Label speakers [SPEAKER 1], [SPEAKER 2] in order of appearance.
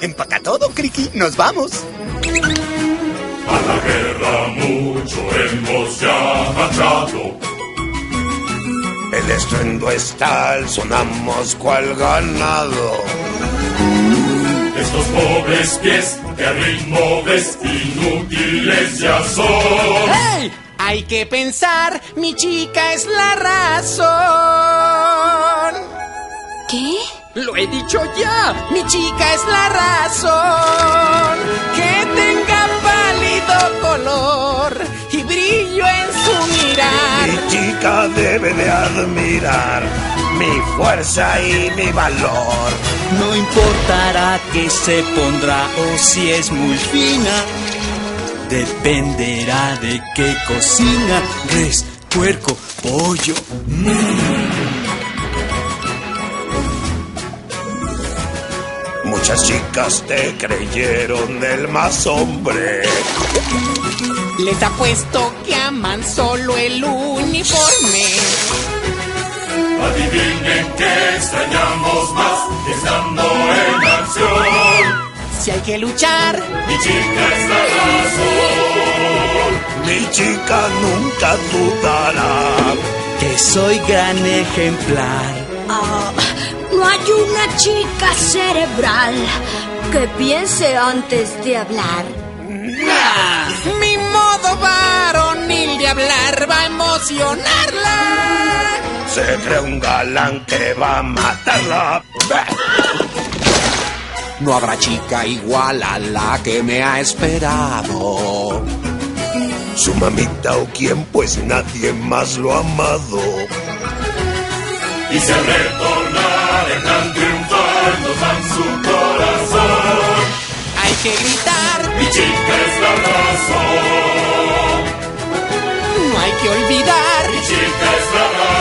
[SPEAKER 1] Empaca todo, Criqui. Nos vamos.
[SPEAKER 2] A la guerra mucho hemos ya marchado.
[SPEAKER 3] El estruendo es tal, sonamos cual ganado.
[SPEAKER 2] Estos pobres pies que al ritmo ves inútiles ya son.
[SPEAKER 4] ¡Hey! Hay que pensar, mi chica es la razón.
[SPEAKER 5] ¿Qué?
[SPEAKER 4] Lo he dicho ya, mi chica es la razón. Que tenga pálido color y brillo en su mirar.
[SPEAKER 3] Mi chica debe de admirar mi fuerza y mi valor.
[SPEAKER 6] No importará que se pondrá o si es muy fina. Dependerá de qué cocina. Res, puerco, pollo.
[SPEAKER 3] Muchas chicas te creyeron el más hombre.
[SPEAKER 4] Les apuesto que aman solo el uniforme.
[SPEAKER 2] Adivinen que extrañamos más estando en acción.
[SPEAKER 4] Si hay que luchar,
[SPEAKER 2] Mi chica es la razón.
[SPEAKER 3] Mi chica nunca dudará.
[SPEAKER 6] Que soy gran ejemplar.
[SPEAKER 5] Ah, no hay una chica cerebral que piense antes de hablar.
[SPEAKER 4] mi modo varonil de hablar va a emocionarla.
[SPEAKER 3] Se cree un galán que va a matarla.
[SPEAKER 7] No habrá chica igual a la que me ha esperado.
[SPEAKER 3] Su mamita o quien, pues nadie más lo ha amado.
[SPEAKER 2] Y si al retornar dejan triunfar, nos dan su corazón.
[SPEAKER 4] Hay que gritar,
[SPEAKER 2] Mi chica es la razón.
[SPEAKER 4] no hay que olvidar.
[SPEAKER 2] Mi chica es la razón.